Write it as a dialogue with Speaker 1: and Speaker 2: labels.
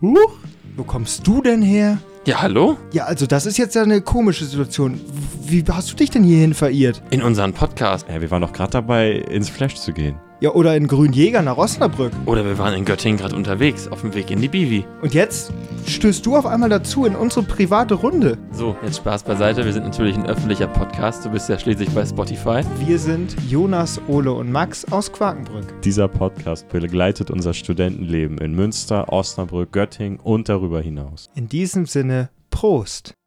Speaker 1: Huch, wo kommst du denn her?
Speaker 2: Ja, hallo?
Speaker 1: Ja, also das ist jetzt ja eine komische Situation. Wie hast du dich denn hierhin verirrt?
Speaker 2: In unseren Podcast.
Speaker 3: Ja, wir waren doch gerade dabei, ins Flash zu gehen.
Speaker 1: Ja, oder in Grünjäger nach Osnabrück.
Speaker 2: Oder wir waren in Göttingen gerade unterwegs, auf dem Weg in die Biwi.
Speaker 1: Und jetzt stößt du auf einmal dazu in unsere private Runde.
Speaker 2: So, jetzt Spaß beiseite. Wir sind natürlich ein öffentlicher Podcast. Du bist ja schließlich bei Spotify.
Speaker 1: Wir sind Jonas, Ole und Max aus Quakenbrück.
Speaker 3: Dieser Podcast begleitet unser Studentenleben in Münster, Osnabrück, Göttingen und darüber hinaus.
Speaker 1: In diesem Sinne, Prost.